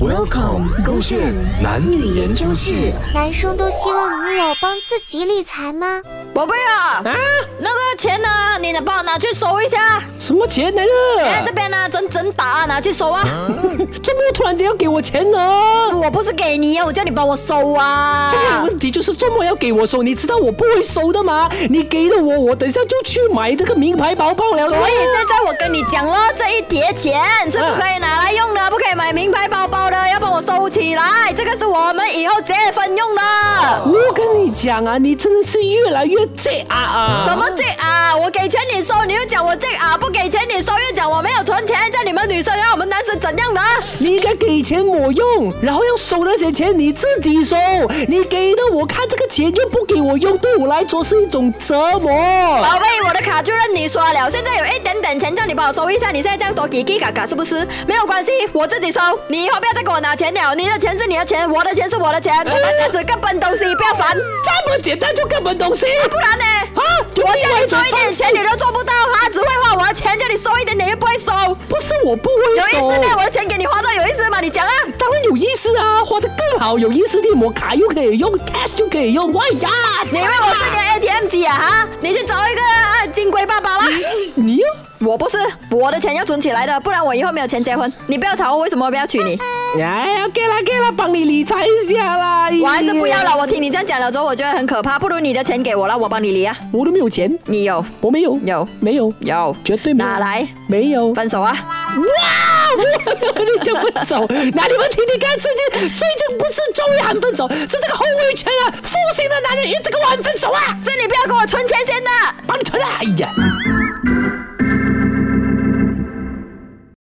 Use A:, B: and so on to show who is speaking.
A: Welcome，勾线男女研究室。
B: 男生都希望女友帮自己理财吗？
C: 宝贝啊，那个钱呢？你能帮我拿去收一下？
D: 什么钱来
C: 哎，这
D: 的？
C: 边呢，整整打啊，拿去收啊！
D: 这么突然间要给我钱呢？
C: 我不是给你啊，我叫你帮我收啊
D: 这！个问题就是这么要给我收，你知道我不会收的吗？你给了我，我等一下就去买这个名牌包包了。
C: 所以现在我跟你讲了，这一叠钱是不可以拿来用的，不可以买名牌包包的，要帮我收起来。这个是我们以后结婚用的。
D: 我跟你讲啊，你真的是越来越这啊啊！
C: 什么借啊？我给钱你收，你又讲我借啊；不给钱你收，又讲我没有存钱，叫你们女生要我们男生怎样的啊？
D: 你应该给钱我用，然后要收那些钱你自己收。你给的我看这个钱又不给我用，对我来说是一种折磨。
C: 宝贝，哦我的卡就让你刷了，现在有一点点钱叫你帮我收一下，你现在这样多叽叽嘎嘎是不是？没有关系，我自己收，你以后不要再给我拿钱了，你的钱是你的钱，我的钱是我的钱，我们这样子更笨东西，不要烦，
D: 这么简单就根本东西，
C: 不然呢？
D: 啊有
C: 我
D: 另
C: 叫
D: 外一
C: 你
D: 种
C: 收一点钱，你都做不到哈，只会花我的钱，叫你收一点点又不会收，
D: 不是我不
C: 有
D: 会
C: 意
D: 收
C: 思。咩？我的钱给你花到有意思吗？你讲啊！
D: 当然有意思啊，花的更好，有意思的，我卡又可以用，cash 又可以用，哇呀！
C: 你以为我是个 ATM 机啊？哈，你去找一个啊金龟爸爸啦！
D: 你呀、
C: 我不是，我的钱要存起来的，不然我以后没有钱结婚。你不要吵我为什么不要娶你，
D: 哎呀，给啦给啦，帮你理财一下啦。
C: 我还是不要了。我听你这样讲了之后，我觉得很可怕，不如你的钱给我了，我帮你理啊。
D: 我都没有钱，
C: 你有
D: 我没有，
C: 有
D: 没有，
C: 有，
D: 绝对没有。
C: 哪来？
D: 没有。
C: 分手啊！
D: 你就分手，那你们听听看，最近最近不是终于喊分手，是这个后卫圈啊，负心的男人一直跟我喊分手啊，
C: 这你不要跟我存钱先呐、
D: 帮你存啊！哎呀，